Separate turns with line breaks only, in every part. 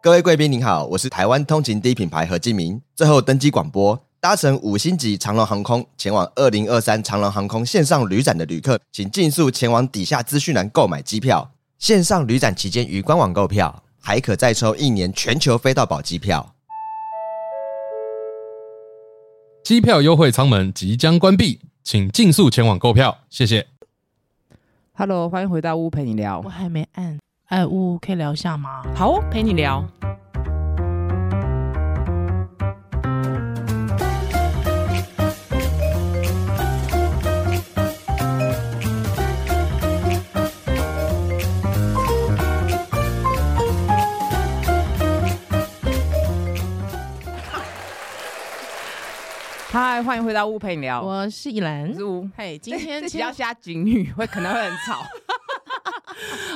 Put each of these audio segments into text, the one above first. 各位贵宾您好，我是台湾通勤第一品牌何敬明。最后登机广播，搭乘五星级长龙航空前往二零二三长龙航空线上旅展的旅客，请尽速前往底下资讯栏购买机票。线上旅展期间于官网购票，还可再抽一年全球飞到宝机票。
机票优惠舱门即将关闭，请尽速前往购票，谢谢。
Hello，欢迎回到屋陪你聊
我。还没按，哎，呜，可以聊一下吗？
好哦，陪你聊。
嗨，欢迎回到屋陪你聊。
我是依兰
我，是屋。
嘿，今
这
天
这集要
千，
下警语，会可能会很 吵。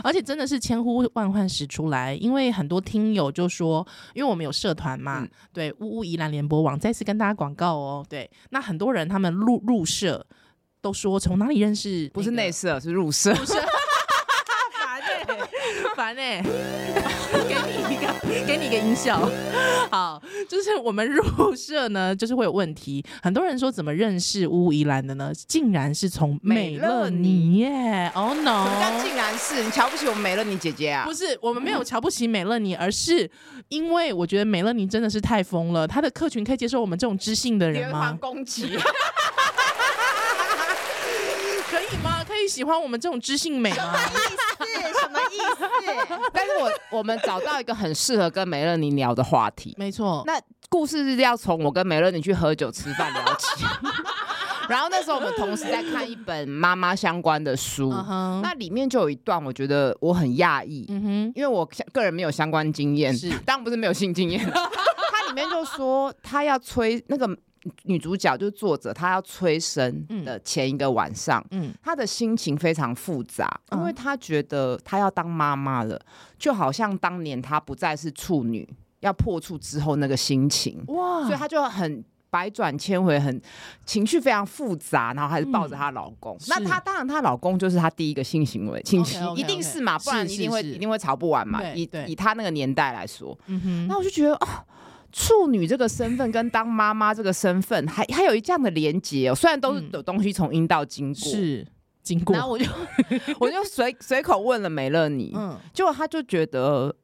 而且真的是千呼万唤始出来，因为很多听友就说，因为我们有社团嘛，
嗯
对，呜呜宜兰联播网，再次跟大家广告哦，对，那很多人他们入入社都说从哪里认识那个、
不是内射，是入射。
不是。 烦欸烦哎、给你一个，给你一个音效。好，就是我们入社呢，就是会有问题。很多人说怎么认识乌宜兰的呢？竟然是从美乐你耶！Oh
什么叫
no！
竟然是你瞧不起我们美乐你姐姐啊
不？是，我们没有瞧不起美乐妮，而是因为我觉得美乐妮真的是太疯了，她的客群可以接受我们这种知性的人
连环
吗？
攻击，
可以吗？可以喜欢我们这种知性美吗？
是什么意思？但是我我们找到一个很适合跟美乐你聊的话题。
没错，
那故事是要从我跟美乐你去喝酒吃饭聊起。 然后那时候我们同时在看一本妈妈相关的书，
嗯哼，
那里面就有一段我觉得我很讶异，
嗯哼，
因为我相个人没有相关经验
是，
当然不是没有性经验。 它里面就说，她要催那个女主角，就是作者，她要催生的前一个晚上，
嗯。
她的心情非常复杂，
嗯
因为她觉得她要当妈妈了，就好像当年她不再是处女，要破处之后那个心情，
哇！
所以她就很。百转千回，很情绪非常复杂，然后还是抱着
嗯
她老公。
是
那她当然，她老公就是她第一个性行为，性行
OK，OK，OK
一定是嘛，不然
是
一定
是
会
是
一定会吵不完嘛。
对
以
对
以她那个年代来说，
嗯哼，
那我就觉得啊。处女这个身份跟当妈妈这个身份，还还有一这样的连结哦，虽然都是
嗯
有东西从阴道经过，
是经过
然，后我就我就随随口问了美乐你，
嗯，
结果他就觉得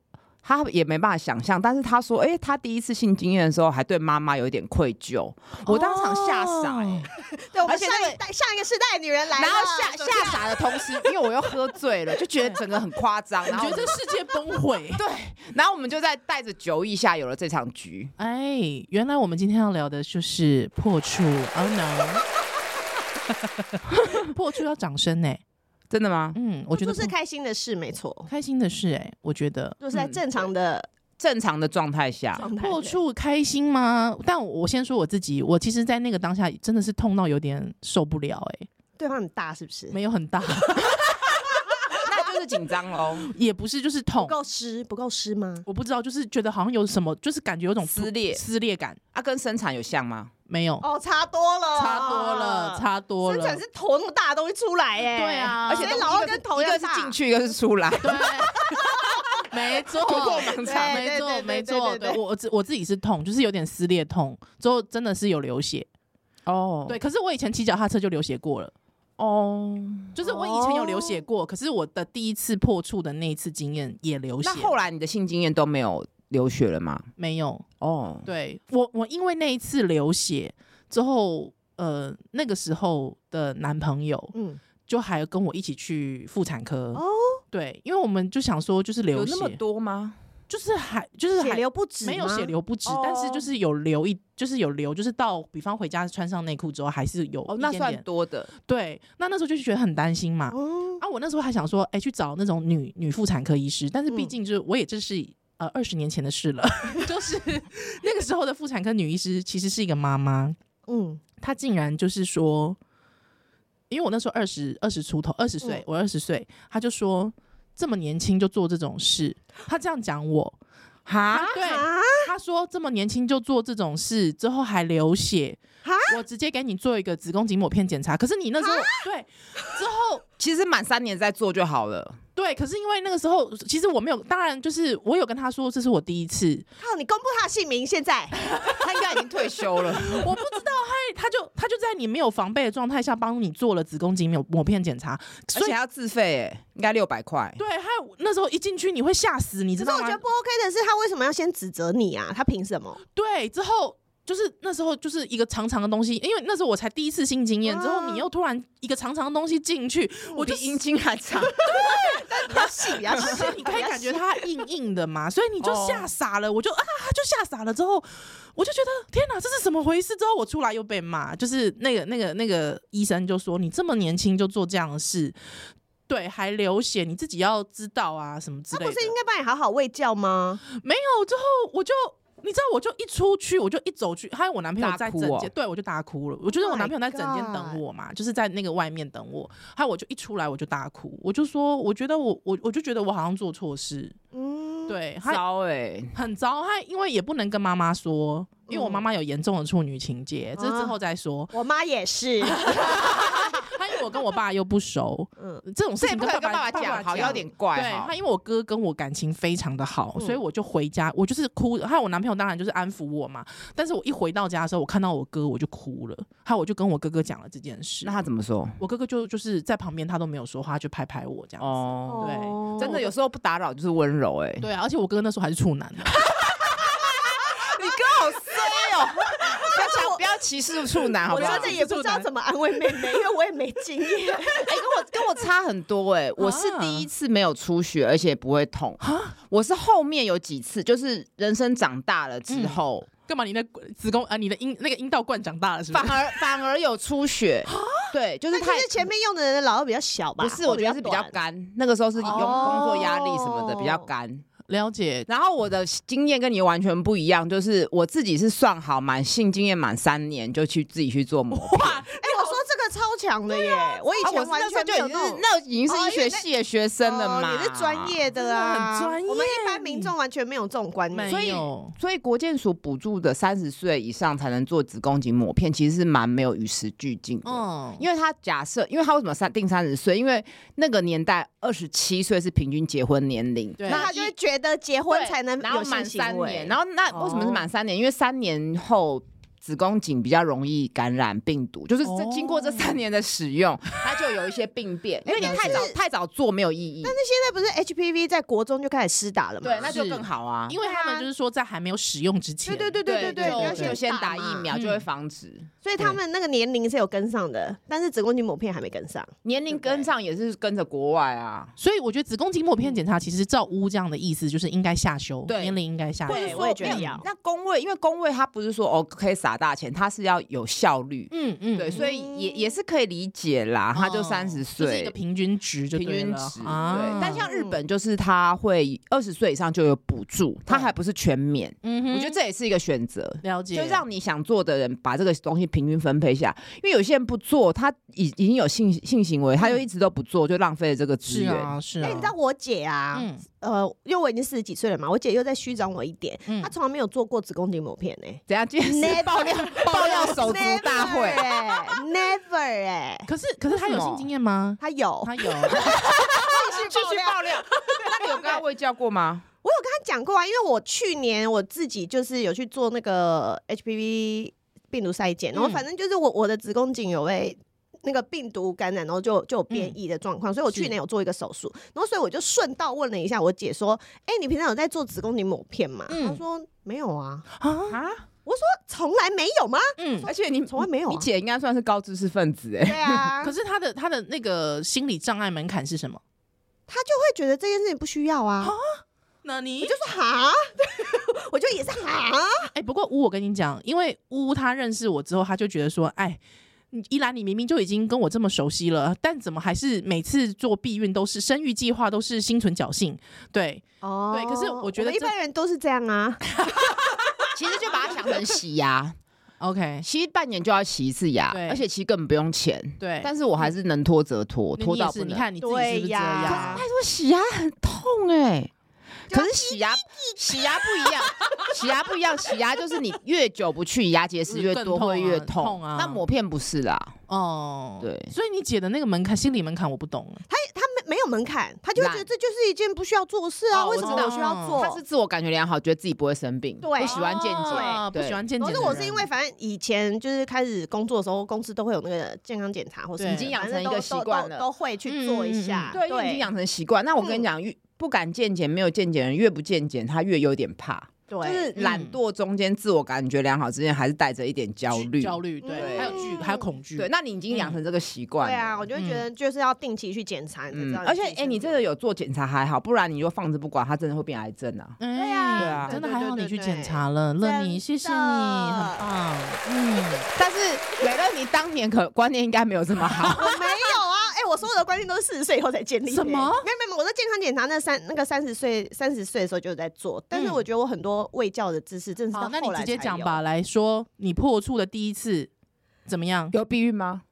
他也没办法想象，但是他说，哎、他第一次性经验的时候还对妈妈有一点愧疚，我当场吓傻、欸，
哦
对，我
而
们
且
上
那个
一代上一个世代的女人来了，
然后吓吓傻的同时，因为我又喝醉了，就觉得整个很夸张，欸然
嗯
后
你觉得这世界崩毁
？对，然后我们就在带着酒意下有了这场局。
哎，原来我们今天要聊的就是破处，Oh no！破处要掌声呢，
真的吗？
嗯，我觉得
这是
破
开心的事，没错，
开心的事哎，我觉得
就是在正常的
正常的状态下，
状态。
破处开心吗？但我先说我自己，我其实，在那个当下真的是痛到有点受不了哎，
对方很大，是不是？
没有很 大，
那就是紧张喽，
也不是就是痛
不。够湿，不够湿吗？
我不知道，就是觉得好像有什么，就是感觉有种
撕裂
撕裂感，
啊，跟生产有像吗？
没有，
哦，差多了，
差多了，差多
生
了，
产是头那么大的东西出来耶。
对啊
而且
所以
老二跟头
一个
样
是
大
进。去，一个是出来。
对，没错，
突破盲
肠
没错，
对对对
没
对
错。
对对
对我我自我自己是痛，就是有点撕裂痛，之后真的是有流血。
哦
对，可是我以前骑脚踏车就流血过了，
哦，
就是我以前有流血
哦
过，可是我的第一次破处的那一次经验也流血。
那后来你的性经验都没有流血了吗？
没有，
哦，
对我我因为那一次流血之后，呃，那个时候的男朋友
嗯，
就还跟我一起去妇产科。
哦，
对，因为我们就想说就是流
有
血
那，么多吗？
就是还就是
血
还
流不止，
没有血。流不止，但是
哦
就是有流一，就是有流，就是到比方回家穿上内裤之后，还是有
哦，
一
那
点
算
点
多的。
对。那那时候就是觉得很担心嘛。
哦，
啊，我那时候还想说，哎、去找那种女女妇产科医师，但是毕
嗯
竟就是我也这是呃二十年前的事了， 就是那个时候的妇产科女医师其实是一个妈妈，
嗯，
她竟然就是说，因为我那时候二十二十出头，二十岁，
嗯
我二十岁，她就说这么年轻就做这种事，她这样讲我，
哈，
对。
啊，
他说这么年轻就做这种事，之后还流血
哈，
我直接给你做一个子宫颈抹片检查。可是你那时候对之后
其实满三年再做就好了。
对，可是因为那个时候，其实我没有，当然就是我有跟他说这是我第一次，
靠，你公布他的姓名，现在
他应该已经退休了。
我不知道，他他就他就在你没有防备的状态下帮你做了子宫颈抹抹片检查，
而
所
且
以
还要自费诶、应该六百块。
对，还有那时候一进去你会吓死，你知
可是
道
我
吗
觉？得不 OK 的是，他为什么要先指责你啊？他凭 什么？
对，之后就是那时候就是一个长长的东西，因为那时候我才第一次性经验，之后
啊
你又突然一个长长的东西进去，我就
阴茎还 长，
比较细， 比较
而
细
且，你可以感觉它硬硬的嘛， 所以你就
哦
吓傻了，我就啊就吓傻了。之后我就觉得天哪，这是怎么回事？之后我出来又被骂，就是那个那个那个医生就说你这么年轻就做这样的事，对，还流血，你自己要知道啊什么之
他
类的
不。是应该帮你好好喂教吗？
没有，之后我就。你知道，我就一出去，我就一走去，还有我男朋友在
大哭
整间，
哦
对我就大哭了。我觉得我
My
男朋友在整间
Oh God
等我嘛就是在那个外面等我。还有我就一出来，我就大哭，我就说，我觉得我我我就觉得我好像做错事，
嗯，
对，还
糟哎、
很糟，他因为也不能跟妈妈说，因为我
嗯
妈妈有严重的处女情结，这
啊
之后再说。
我妈也是，
他因为我跟我爸又 不熟，
嗯，
这种事
这也
情
不
跟
可以
爸
跟爸
爸
爸讲，好像有点怪
对
哈
他，。因为我哥跟我感情非常的好，
嗯
所以我就回家，我就是哭。还有我男朋友当然就是安抚我嘛，但是我一回到家的时候，我看到我哥我就哭了，还有我就跟我哥哥讲了这件事
那。他怎么说？
我哥哥就就是在旁边，他都没有说话，就拍拍我这样子。
哦，
对
哦
真的有时候不打扰就是温柔哎、
对啊，而且我哥那时候还是处男呢。
你哥好衰哦、 不要强不要歧视处男好
我
不好
真？的也不知道怎么安慰妹妹，因为我也没经验。
哎、跟我跟我差很多哎、我是第一次没有出血，而且不会痛。我是后面有几次，就是人生长大了之后，
干嘛？你的子宫啊，你的阴那个阴道冠长大了是不是
反？而反而有出血。对，啊就是
那
太
就是前面用的人的老二比较小吧？
不是，我觉得是比较哦干。那个时候是用工作压力什么的
哦
比较干。
了解，
然后我的经验跟你完全不一样，就是我自己是算好满性经验满三年就去自己去做膜片。啊
哎、我说这个超强的耶！我以
我
前
是那
完
时候
全
就
没
已经
有弄
是。哦那已经是医学系的学生了
哦
嘛，
你是专。业的啊，
真的很专业
我们一般民众完全没有这种观念，
没
所以
有
所以国健署补助的三十岁以上才能做子宫颈抹片，其实是蛮没有与时俱进的。
嗯，
因为他假设，因为他为什么三定三十岁？因为那个年代二十七岁是平均结婚年龄，
对
那他就会觉得结婚才能
然后
有性
满三
行为
年，，然后那为什么是满三年？因为三年后。子宫颈比较容易感染病毒，就是这
哦
经过这三年的使用，它就有一些病变。因为你太早太早做没有意义，
现在不是 HPV 在国中就开始施打了嘛？
对，那就是更好啊。
因为他们就是说在还没有使用之前，
对对对对对对，
就
你要
就先打疫
嘛
苗就
嗯
会防止
所以他们那个年龄是有跟上的，但是子宫颈抹片还没跟上。
年龄跟上也是跟着国外啊。
所以我觉得子宫颈抹片检查其实照乌这样的意思，就是应该下修，
嗯对
年龄应该下修
或。者
对
说
我也觉得
没有
要
那工位，因为工位它不是说哦可以撒大钱，它是要有效率，
嗯嗯，
对，
嗯
所以也也是可以理解啦。它就
哦
三十
就是一
岁
个，平均值就
平
对
均
了
值
啊
对。但像日本就是它会二十岁以上就有补助，它还不是全免，
嗯哼
我觉得这也是一个选择。
了解，
就让你想做的人把这个东西平均分配下，因为有些人不做，他已已经有性性行为，他就一直都不做，就浪费了这个资
嗯是
源。
啊是啊，
哎、你知道我姐啊，
嗯
呃，因为我已经四十几岁了嘛，我姐又在虚长我一点，
嗯
她从来没有做过子宫颈抹片呢、
怎样？今天是
Never
爆料爆料手足大会
Never 哎、，Never 哎、
可是可是他
为
有
什么哦
性经验吗？
她 有，
他有，
继续爆料。
那你有跟他喂教过吗？
我有跟她讲过啊，因为我去年我自己就是有去做那个 HPV 病毒筛检，然后
嗯
反正就是我我的子宫颈有被。那个病毒感染，然后就就有
嗯
变异的状况，所以我去
是
年有做一个手术，然后所以我就顺道问了一下我姐说：“哎、你平常有在做子宫颈抹片吗？”
嗯
她说：“没有啊。”
啊，
啊，
我说从来没有吗？
嗯。
而且你
从来没有啊
你姐应该算是高知识分子哎、
对啊，
可是他的他的那个心理障碍门槛是什么？
他就会觉得这件事情不需要啊。
那你
我就说哈， 我就也是哈，
哎、不过乌，我跟你讲，因为乌他认识我之后，他就觉得说，哎，你依兰，你明明就已经跟我这么熟悉了，但怎么还是每次做避孕都是生育计划，都是心存侥幸？对，
哦
对可是我觉得
们一
这
般人都是这样 啊。
其实就把它想成洗牙，
，OK，
其实半年就要洗一次牙，
对
而且其实根本不用钱。
对。
但是我还是能拖则拖，
那
拖
你也
到
是
不能。
你，看你自己是不是
对
这
呀
样？
他说洗牙很痛哎、可是洗牙洗牙不 一样，洗牙不一样，洗牙就是你越久不去，牙结石越
更
多
痛啊
会越
痛啊
那抹片不是啦，
哦，
对
所以你姐的那个门槛，心理门槛我不懂了。
他他没没有门槛，他就会觉得
懒
这就是一件不需要做的事啊，
哦
为什么
我知道
我需要做？
他是自我感觉良好，觉得自己不会生病，
对
不喜欢健
哦
检，
不
对
喜欢健
可
检。
是我是因为，反正以前就是开始工作的时候，公司都会有那个健康检查，或是
对已
什么
经
养
反正
成一
都
个习惯
都都
了
都会去做一
啊
嗯
下。
对，嗯因为已经养成习惯。那我跟你讲，越不敢健检、没有健检人，越不健检，他越有点怕，就
对，
是懒惰中间、自我感觉良好之间，还是带着一点焦虑。
焦虑，对，
对
还有惧，还有恐惧，
对，那你已经养成这个习惯了。
对啊，我就会觉得就是要定期去检查，你才知
嗯，
道
而且
自己
哎，你
是
这个有做检查还好，不然你就放着不管，他真的会变癌症啊。
嗯，
对啊
对啊
真的
对对
还好
对
你去
对
检查了，乐你，
真
谢谢你，
的
很棒，嗯，
但是美乐，你当年可观念应该没有这么好。
我没有啊，哎、我所有的观念都是四十岁以后才建立的。欸
什么
没有没有没有，我在健康检查那三那个三十岁三十岁的时候就有在做，但是
嗯
我觉得我很多卫教的知识真的是
好，
到
那你
后来
直接
才
讲
有
吧，。来说你破处的第一次怎么样？
有避孕吗？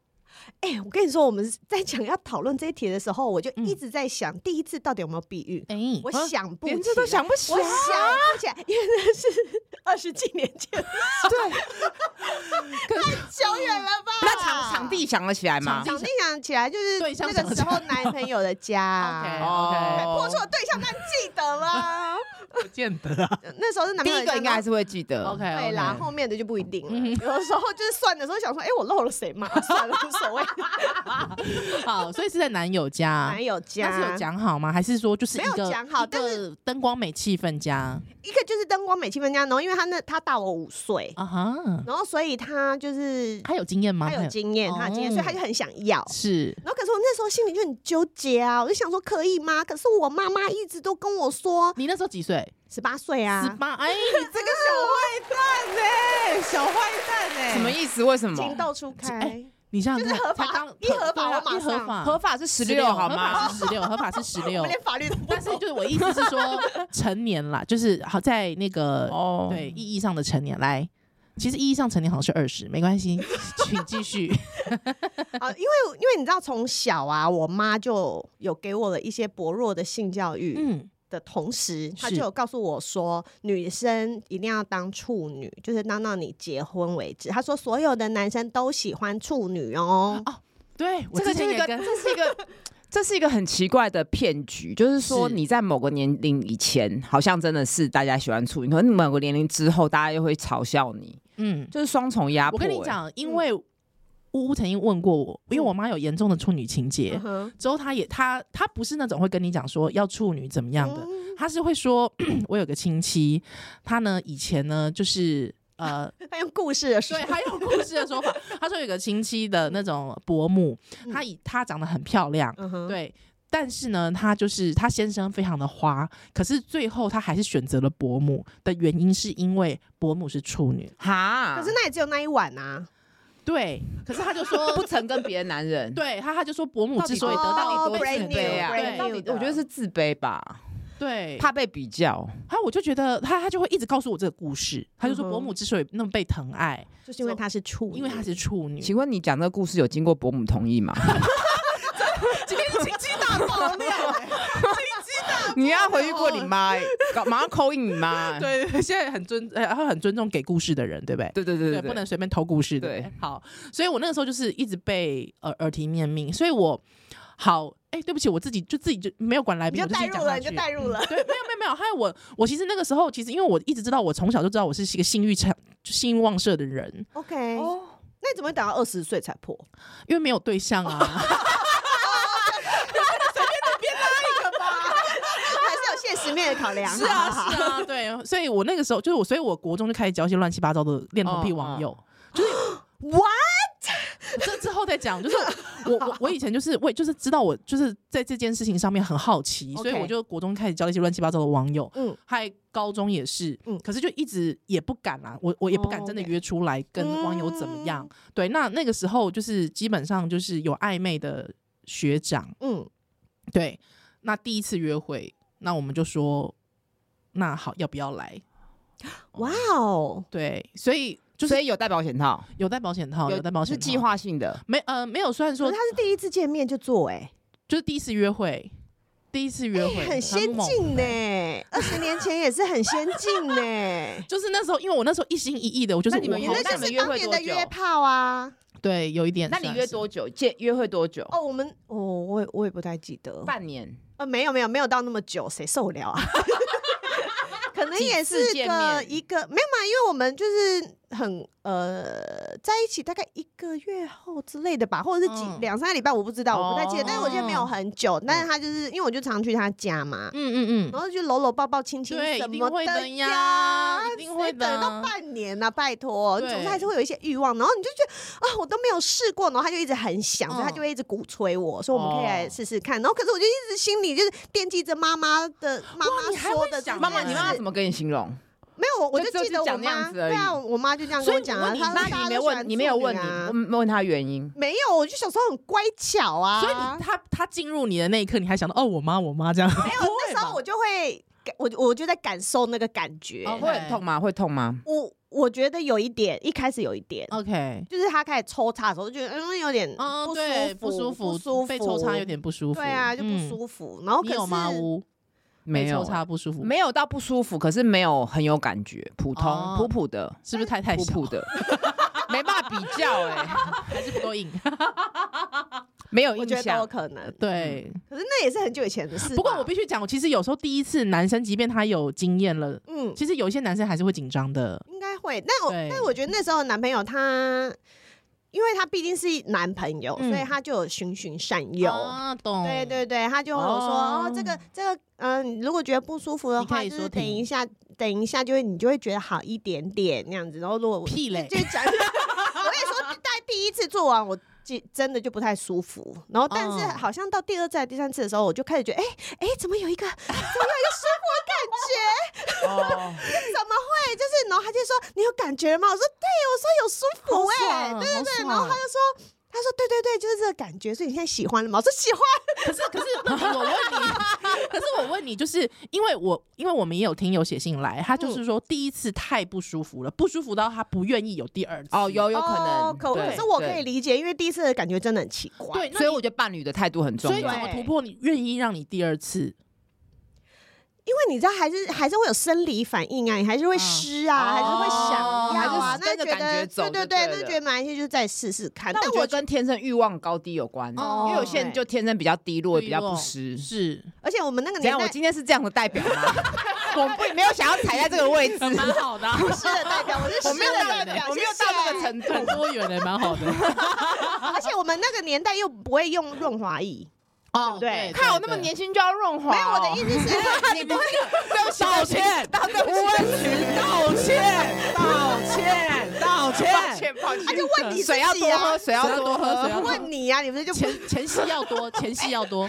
哎、我跟你说，我们在讲要讨论这一题的时候，我就一直在想，第一次到底有没有避孕？
哎，
我
嗯啊
想不起
连
来，
这都想不起
我
来
想。不起来，因为那是 二十几年前，
可是
久远了吧？
那场场地想得起来吗？
场地想起来就是
对象
那个
想
时
起
候
来
男朋友的
OK，
家。
哦
哎破处的对象，那记得 吗？
不见得啊。
那时候是男
第
朋友
一个
的家
应该还是会记得。
OK，
对啦，后面的就不一定了。
嗯
有的时候就是算的时候想说，哎、我漏了谁嘛？ 算了，无所谓。
好，所以是在男友家
男。友
那是有
家，
讲好吗？还是说就是一个
没有讲好
一
但
个灯光美气氛家
一个就是灯光美气氛家，然后因为他那他大我五岁，
啊哈？
然后所以他就是
他有经验吗？
他有经验，他有经验，
哦
所以他就很想要。
是
然后可是我那时候心里就很纠结啊，我就想说可以吗？可是我妈妈一直都跟我说
你那时候几岁？
十八岁
十
啊，
八？哎，你这个
欸
小坏蛋呢？小坏蛋呢
什么意思？为什么？
情窦初开
哎。你想
就
想
是
看，
合法
才刚
一合
对
法
啊
我马
一合
上
法
合法是十六
16
好
合
吗？
法是十六，合法是十
我
六
们。连法律都不
但是
懂，
就是我意思是说，成年啦，就是好在那个
哦
对意义上的成年来。其实意义上成年好像是二十，没关系， 请继续。
啊，因为因为你知道，从小啊，我妈就有给我了一些薄弱的性教育，
嗯，
的同时，他
是
就有告诉我说，女生一定要当处女，就是当到你结婚为止。他说，所有的男生都喜欢处女哦。
对，我
这个就
之前
是一
也
个，
跟
这是一 个，这是一个很奇怪的骗局，就是说
是
你在某个年龄以前，好像真的是大家喜欢处女，可是你某个年龄之后，大家又会嘲笑你，
嗯，
就是双重压
我
迫、欸
跟你，讲，因为呜呜曾经问过我，因为我妈有严重的处女情节
嗯，哼
之后她也她她不是那种会跟你讲说要处女怎么样的，
嗯
她是会说， 我有个亲戚，她呢以前呢就是呃
他用故事的说
对，，还有故事的说法。他说有个亲戚的那种伯母，
嗯
她以她长得很漂亮，
嗯哼，
对，但是呢，她就是她先生非常的花，可是最后她还是选择了伯母的原因是因为伯母是处女，
哈，
可是那也只有那一晚啊，
对，可是她就
不
说。
曾跟别的男人，
对他，他就说伯母之所以
底
得到
哦
你多
brand
自
new，
卑啊，
brand
对
new
到底我觉得是自卑吧，
对，
怕被比较，
他我就觉得他他就会一直告诉我这个故事，他就说伯母之所以那么被疼爱，
就是因为他是处女，
因为她 是处女，
请问你讲这个故事有经过伯母同意 吗？
今天是亲戚大爆料，
你要回去过你妈、欸，搞马上扣印你妈、欸，
对，现在很尊，呃，会很尊重给故事的人，对不对？
对对对对，
不能随便偷故事的。
对
对，好，所以我那个时候就是一直被呃耳耳提面命，所以我好，哎、对不起，我自己就自己哎就没有管来
你
宾，
就
我自
带
己
入
讲
了，
下
你
去
就。带入了，
对，没有没有没有，还有我，我其实那个时候其实因为我一直知道，我从小就知道我是一个性欲强、就性欲旺盛的人，
OK，
哦
那你怎么会等到二十岁才破？
因为没有对象啊，
还是有现实面的考量，
是啊是啊， 对，所以我那个时候就是我，所以我国中就开始交一些乱七八糟的恋童癖
嗯
网
嗯
友，就是
What？
这之后再讲，就是我我我以前就是为就是知道我就是在这件事情上面很好奇，所以
OK
我就国中开始交了一些乱七八糟的网友，
嗯
还高中也是，
嗯
可是就一直也不敢啦，我我也不敢
哦
真的
OK 嗯
约出来跟网友怎么样。对，那那个时候就是基本上就是有暧昧的学长，
嗯，
对，那第一次约会，那我们就说，那好要不要来？
哇哦，
对，所以就是
所以有戴保险套，
有带保险套，有带保险
是
套，
计划性的。
没呃没有，虽然
可
说
是他是第一次见面就做，哎，
就是第一次约会，第一次约会、
很先
猛
进呢、
欸
二十年前也是很先进呢、
就是那时候，因为我那时候一心一意的，我就是
那你们
我
约
好
那
那
你
就
们
是
约会
当年的
多久
约炮啊，
对，有一点
那
算是。
你约多久？见约会多久？
哦，我们哦，我也我也不太记得，
半年。
呃，没有没有没有到那么久，谁受得了啊？ 可能
几
也
次
是
见
个
面
一个没有嘛，因为我们就是很呃在一起大概一个月后之类的吧，或者是几
嗯
两、三个礼拜，我不知道，我不太记得，但是我记得没有
哦
很久。
嗯
但是他就是因为我就常去他家嘛，
嗯嗯
然后就搂搂抱抱亲亲
对
什
一定
么
会
的
的呀一定
谁
会
等到
的
半年呐、拜托，你总是
对
还是会有一些欲望，然后你就觉得啊，我都没有试过，然后他就一直很想，所以他
嗯
就会一直鼓吹我说我们可以来
哦
试试看，然后可是我就一直心里就是惦记着妈妈的妈妈说的这件事，
妈妈，你妈妈怎
么
么跟你形容？
没有？我
就
就
只有
记
去
得我
讲那样
妈，
子而
对
已
啊，我妈就这样
所
跟
以
我
我
讲啊，
问你那
她说大
你
家
没
都喜欢
问，你没有
处女
问你
啊，
问问他原因。
没有，我就小时候很乖巧啊，
所以你他他进入你的那一刻，你还想到哦，我妈我妈这样。
没有那时候我就会感我我就在感受那个感觉，
哦
会很痛吗？会痛吗？
我我觉得有一点，一开始有一点，
OK，
就是他开始抽插的时候，就觉得嗯有点
嗯，
不
对，
舒服，
不舒服，
不舒服，
被抽插有点不舒服，
对啊，就不
嗯。
舒服。然后可
你
是
有吗？呜，
没有啊
被抽，插不舒服，
没有到不舒服，可是没有很有感觉，普
哦
通普普的，
是不是太太
普
小，
普的，没办法比较哎，
还是不够硬？
没有
我
印
觉得都有
象。
可能，
对，
可是嗯那也是很久以前的事吧。
嗯不过我必须讲，我其实有时候第一次男生，即便他有经验了，
嗯，
其实有一些男生还是会紧张的。
应该会。但我
对
但我觉得那时候的男朋友他，因为他毕竟是男朋友，
嗯
所以他就有循循善诱。
啊，懂？
对对对，他就会有说
哦
哦这个这个，嗯、你如果觉得不舒服的
你可
话，
以
就
说
是等
停
一下，等一下就会你就会觉得好一点点那样子。然后如果我
屁嘞
就！讲，我跟你说， 大概第一次做完我。记真的就不太舒服，然后但是
哦
嗯
好像到第二次、第三次的时候，我就开始觉得，哎、哎、怎么有一个，怎么有一个舒服
哦，
的感 觉？怎么会？就是，然后他就说你有感觉吗？我说对，我说有舒服哎、
啊
好爽
对对
好
对，
爽
然后他就说，他说对对对，就是这个感觉，所以你现在喜欢了吗？我说喜欢。
可是可是我问你，可是我问你，就是因为我因为我们也有听友写信来，他就是说第一次太不舒服了，不舒服到他不愿意有第二次。
哦，有有可
哦
能，
可
对
可是我可以
对
理解，因为第一次的感觉真的很奇怪。
对，那
所以
你
我觉得伴侣的态度很重
所以怎
要。
么
对
突破？你愿意让你第二次？
因为你知道，还是还是会有生理反应啊，你还是会湿
嗯
啊，还是会想要
还
啊，
是
那
跟着
觉
感
得
觉走
对
就
对，
对了
那觉得马来西亚就是再试试看。但
但我觉得跟天生欲望高低有关，
哦
因为有些人就天生比较低落，
低落
比较不湿。
是
而且我们那个
怎
年
样？我
代
今天是这样的代表吗？我不没有想要踩在这个位置，
蛮好 的啊、
不是的代表，我是
我没有
湿
到
的代表，
我没有到那个
谢谢。
程度。
很多元的、蛮好 的。
而且我们那个年代又不会用润滑液，
哦
对
看我那么年轻就要润滑哦，
没有我的意 思是，
你不会道歉，道歉，吴文群道歉，道歉，道歉，抱歉，抱歉。
他就问你自
水要
己
多
啊
喝，，水要多喝，
水要多喝
问你啊，你们就不
前前戏要多，前戏要多，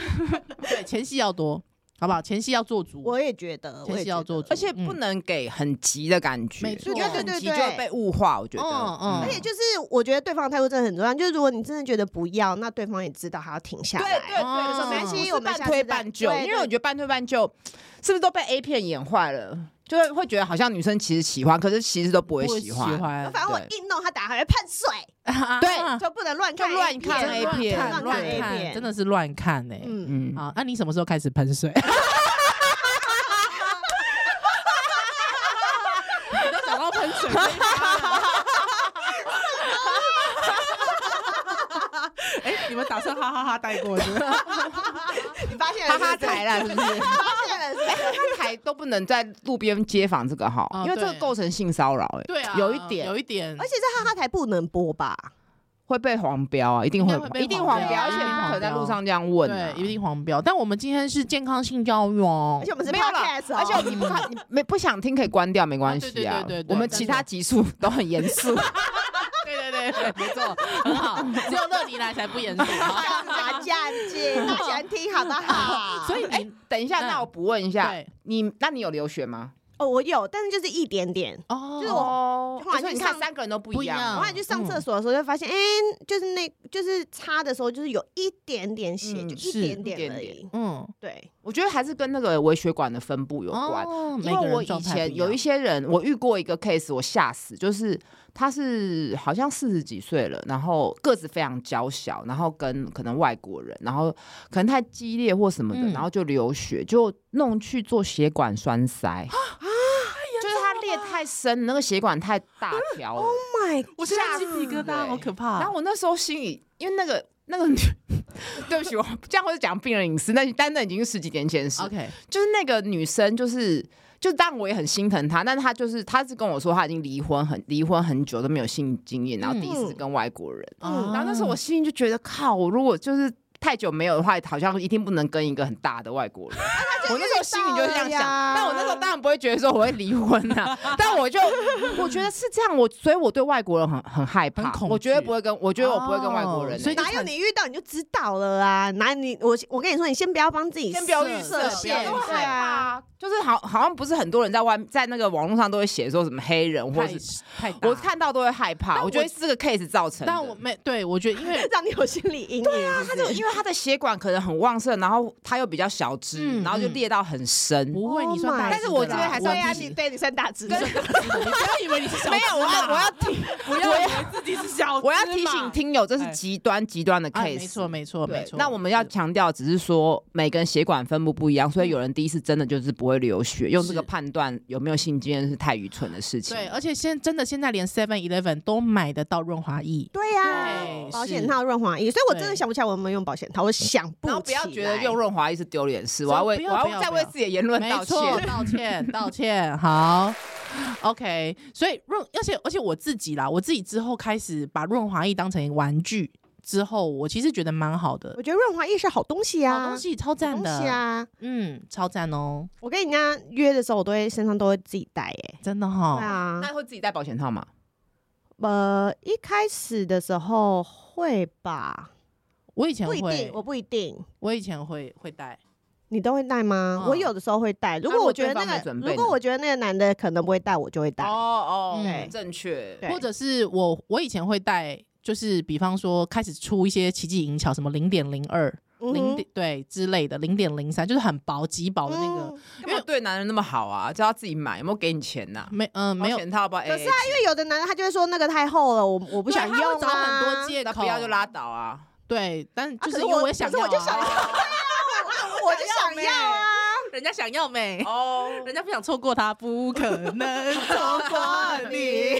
对，前戏要多，好不好？前戏要做足。
我也觉得，呃我
前
也
戏
觉
要
得
做足，
而且不
嗯
能给很急的感觉，
没错
因为很急就会被物化。我觉得，
嗯嗯
而且就是，我觉得对方的态度真的很重要。就是如果你真的觉得不要，那对方也知道他要停下
对
来。
对
哦
对，
没关系
我
我
们
半
下次
推
再
半就，
对对
因为我觉得半推半就是不是都被 A 片演坏了，就会会觉得好像女生其实喜欢，可是其实都不会
不
喜欢。
欢
反正我
对
硬弄他打还会喷水，
对
啊就不能乱看
就乱
A
看
片
A 片
乱
乱
看 A
看，
片，
真的是乱看哎。
嗯，
嗯，
好，那你什么时候开始喷水？ 你都讲到喷 水这一趴了。哎、你们打算哈哈哈带过是不是？
你发现
哈
了是不
哈
是
台啦，是不是？
发现了是不是
哎，哈哈台都不能在路边街访这个哈
哦，
因为这个
对
构成性骚扰，哎，
对啊，
有一点
有一点
而，且在哈哈台不能播吧？
会被黄标啊，一定
应
会
该会，被
一定
黄
黄
标
标，
啊
而且不可能在
一定黄标
路上这样问啊，
对，一定黄标。但我们今天是健康性教育哦
而且。我们是
没有啦
podcast，哦
而且我你不看，你没不想听可以关掉，没关系
啊
啊
对对对对。对
我们其他集数都很严 肃，
对对对，没错，很好。 只有乐迪来才不严肃。
干嘛这样子？大家喜欢听好不 好？
所以
哎
你，
等一下，
嗯
那我补问一下
对，
你那你有留学吗？
哦，我有，但是就是一点点。
哦，
就是我
哦
后来
所以
去
你
上
看三个人都不
不
一
一
样
样
我后来去上厕所的时候就发现，哎，就是那就是擦的时候就是有一点点血，
嗯
就是一点
一点
点而
点
已。
嗯，
对，
我觉得还是跟那个微血管的分布有关。
哦
因
每个
为
人
我以
状态不
前有
样
一些人，我遇过一个 case，我吓死，就是他是好像四十几岁了，然后个子非常娇小，然后跟可能外国人，然后可能太激烈或什么的，
嗯 啊
然后就流血，就弄去做血管栓塞，就是他裂太深，那个血管太 大条
，Oh
了。
My，
我现在鸡皮疙瘩，
对
好可怕。
然后我那时候心里，因为那个那个女， 对不起，我这样会讲病人隐私，但但那已经是十几年前的事。
OK，
就是那个女生，就是就当然我也很心疼她，但她就是她是跟我说她已经离婚很离婚很久都没有性经验，然后第一次
嗯
跟外国人，
嗯
然后那时候我心里就觉得靠，我如果就是。太久没有的话，好像一定不能跟一个很大的外国 人。我那时候心里就是这样
遇到
想
了，呀
但我那时候当然不会觉得说我会离婚 呐、但我就我觉得是这样，我所以我对外国人很很害怕
很，恐
我绝对
惧
不会跟，我觉得我不会跟外国人、
哦所以就
哪有
产
你遇到你就知道了啊？哪你我我跟你说，你先不要帮自己
先不要预
设
设，不要
限，
那么
对
害怕
啊。
啊。就是好，好像不是很多人在外在那个网络上都会写说什么黑人，或
太
者
太大
我，看到都会害怕。
但
我觉得
我
是这个 case 造成的。
但我没对我觉得，因为
让你有心理阴影。对啊，
他就因为他的血管可能很旺盛，然后他又比较小只，
嗯
然后就
嗯
裂到很深。
不会
Oh
你算
my
大
但
只的啦，
是我这边还是
我
要
对啊，
比
你对你算大只，
你算大只的你不要以为你是小
没有，我要我要提，
不要以为自己是小只嘛，
我要提醒听友，这是
哎
极端极端的
啊，
case。
没错没错
对
没错。
那我们要
是嗯
强调，只是说每个人血管分布不一样，所以有人第一次真的就是不会流血，用这个
是
判断有没有性经验是太愚蠢的事情。
对，而且现真的现在连 Seven Eleven 都买得到润滑液，
对呀
对，
保
是
险套、润滑液，所以我真的
对
想不起来我有没有用保险套，我想不起
然
来。
后不要觉得用润滑液是丢脸事，我
真
要为
不
我
要不
要
要
再
不
为
要
自己的言论道歉。
没错，道歉，道歉，好。OK，所以润，而且而且我自己啦，我自己之后开始把润滑液当成玩具之后，我其实觉得蛮好的
我，觉得润滑液是好东西啊，
好东西超
好
赞
东
的，
西啊！
嗯，超赞哦，
我跟人家约的时候，我都会身上都会自己带耶。
真的
对
哈、
啊，
那会自己戴保险套吗？
呃，一开始的时候会吧，
我以前
不一定，
会，
我
我
不一定。
以前会会带，
你都会带吗？
嗯
我有的时候会带，如
那如
果
果
我觉
对
得
方
那
没
个，
准备呢
如果我觉得那个男的可能不会带，我就会带。
哦
对
正确。
对
或者是我我以前会带，就是比方说开始出一些奇技淫巧，什么零点零二、
嗯
零
哼
点对之类的，零点零三，就是很薄极薄的那个。
嗯
因为对男人那么好啊，叫他自己买，有没有给你钱呐？
没，嗯、没有
保，险套不？可是啊，因
因为有的男的他就会说那个太厚了，我我不
对
想
他会
用
找
啊。
很多借口，
不要就拉倒啊。
对，但
啊
就
可
是
是
因为
我
也想
可
要、
是
啊，
我就想要 我就想要啊。
人家想要美，
哦，
人家不想错过他，不可 能错过你。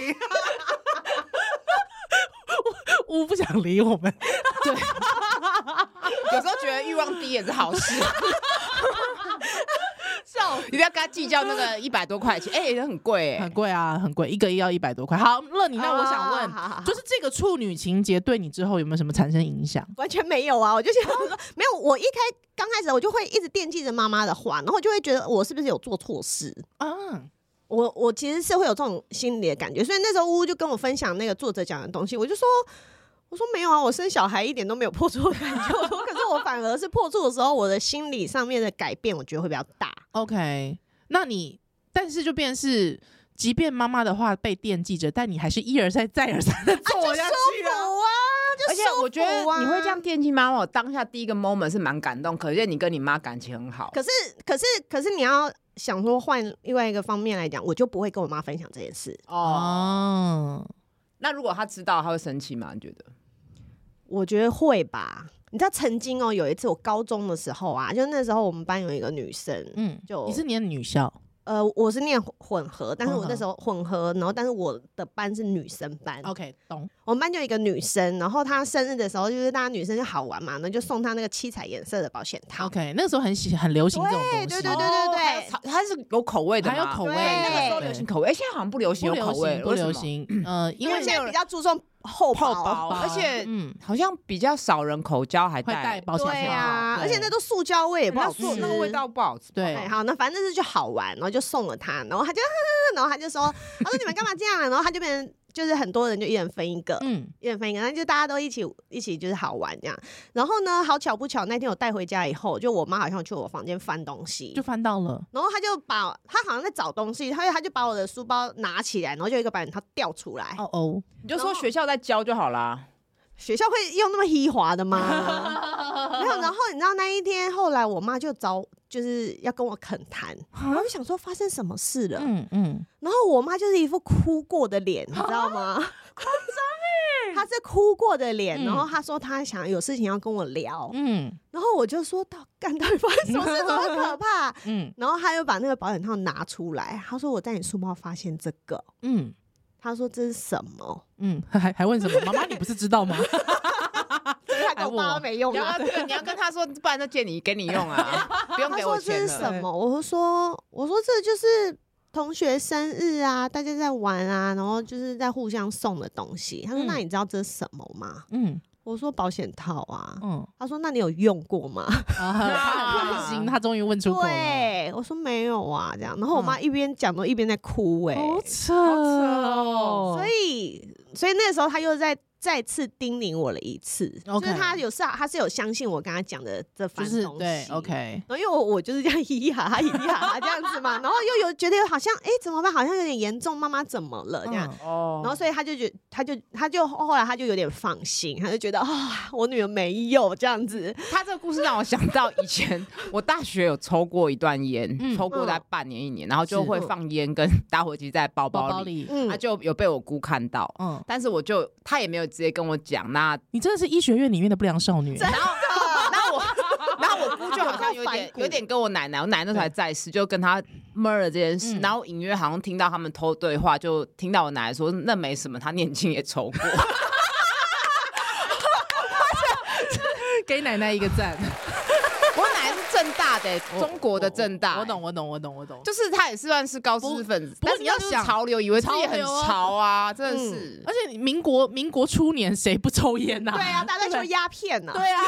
我不想理我们，
有时候觉得欲望低也是好事。
笑
你不要跟他计较那个一百多块钱，哎，很贵
很
哎。
贵啊，很贵，一个要一百多块。好，乐 你，那我想问，
啊好好好
就是这个处女情节对你之后有没有什么产生影响？
完全没有啊！我就想说，没有。我一开刚开始，我就会一直惦记着妈妈的话，然后就会觉得我是不是有做错事。啊
嗯，
我我其实是会有这种心理的感觉，所以那时候呜呜就跟我分享那个作者讲的东西，我就说。我说没有啊，我生小孩一点都没有破处的感觉。我说， 可是我反而是破处的时候，我的心理上面的改变，我觉得会比较大。
OK，那你但是就变成是，即便妈妈的话被惦记着，但你还是一而再再而三 的做下去
有
啊。
啊，就
而且
舒服
我觉得
啊
你会这样。惦记妈妈，我当下第一个 moment 是蛮感动，可见你跟你妈感情很好。
可是，可是，可是，你要想说换另外一个方面来讲，我就不会跟我妈分享这件事。
哦，
哦，
那如果他知道，他会生气吗？你觉得？
我觉得会吧。你知道曾经哦，有一次我高中的时候啊，就那时候我们班有一个女生，
嗯，
就
你是念女校，
呃，我是念混合，但是我
混合
那时候混合，然后但是我的班是女生班
哦
OK，懂。
我们班就有一个女生，然后她生日的时候，就是大家女生就好玩嘛，那就送她那个七彩颜色的保险套。
OK，那时候很喜很流行这种东西，
对对对对对
哦还有它是有口味的吗，
还有口味，
对
那个时候流行口味，哎现在好像不流行
不
有
流
口味
行
了，
不
为什
流
么
行，呃，因
嗯因
为
为现在比较注重厚
泡
薄，
包，啊而且
嗯，
好像比较少人口交还
会带
带，嗯
保险
对
套
啊，
对
而且那都塑胶味，也不
那
好
时
吃
候，那个味。道不好吃。
对
哎，好，那反正就是就好玩，然后就送了她，然后她就， 然后她就说，她说你们干嘛这样啊？然后她就变成就是很多人就一人分一个，
嗯，
一人分一个，那就大家都一起一起就是好玩这样。然后呢，好巧不巧，那天我带回家以后，就我妈好像去我房间翻东西
就，翻到了，
然后她就把她好像在找东西，她就她就把我的书包拿起来，然后就有一个保险套掉出来。
哦哦，
你就说学校在教就好啦。
学校会用那么稀滑 的吗？没有。然后你知道那一天，后来我妈就找就是要跟我恳谈，然后我就想说发生什么事了，
嗯嗯，
然后我妈就是一副哭过的脸，你知道吗？他是哭过的脸，
嗯
然后他说他想有事情要跟我聊，
嗯
然后我就说到干到底发生什么事这么可怕？
嗯
然后他又把那个保险套拿出来，他说我在你书包发现这个，
嗯
他说这是什么？
嗯，还还问什么？妈妈，你不是知 道吗？
所以他跟我爸妈没用
你
啊
要。你要跟他说，不然就借你给你用啊， 不用
他
给
说
我
这
钱
是
了。
什么？我说我说这就是同学生日啊，大家在玩啊，然后就是在互相送的东西。他说、
嗯
那你知道这是什么吗？
嗯
我说保险套啊。
嗯
他说那你有用 过吗？
啊， 他很开心，他终于问出口了，
对，我说没有啊，这样。然后我妈一边讲都一边在哭、欸，
嗯好扯
哦
哦，
所以所以那时候他又在。再次叮咛我了一次
OK
就是他有是他是有相信我跟他讲的这 番
就
东西
是对，OK，
然后因为我我就是这样 咿咿哈哈咿咿哈哈这样子嘛，然后又有觉得好像哎、诶怎么办，好像有点严重，妈妈怎么了这样。
嗯
哦
然后所以他就觉，他就他就后来他就有点放心，他就觉得啊、我女儿没有这样子，
他这个故事让我想到以前我大学有抽过一段烟，
嗯
抽过大概半年一年，然后就是会放烟跟打火机在包
包
包
包
里，
里，
嗯
他，就有被我姑看到。
嗯，
但是我就他也没有直接跟我讲，那
你真的是医学院里面的不良少女，
然后然后 我然后我姑就好像有
有够反
点
骨
有点跟我奶奶，我奶奶那时候还在世，就跟她闷了这件事，
嗯
然后隐约好像听到他们偷对话，就听到我奶奶说那没什么，她年轻也抽过。
给奶奶一个 赞，
我奶奶是正大的、中国的正大、
我懂，。我懂，我懂，我懂。
就是她也是算是高知识分子，
不过
但是
你要
她就是
想
潮流，以为自己
潮
很
流啊
潮啊，真的
嗯
是。
而且民国民国初年谁不抽烟呐？
对啊，大家说鸦片呐、
对 啊，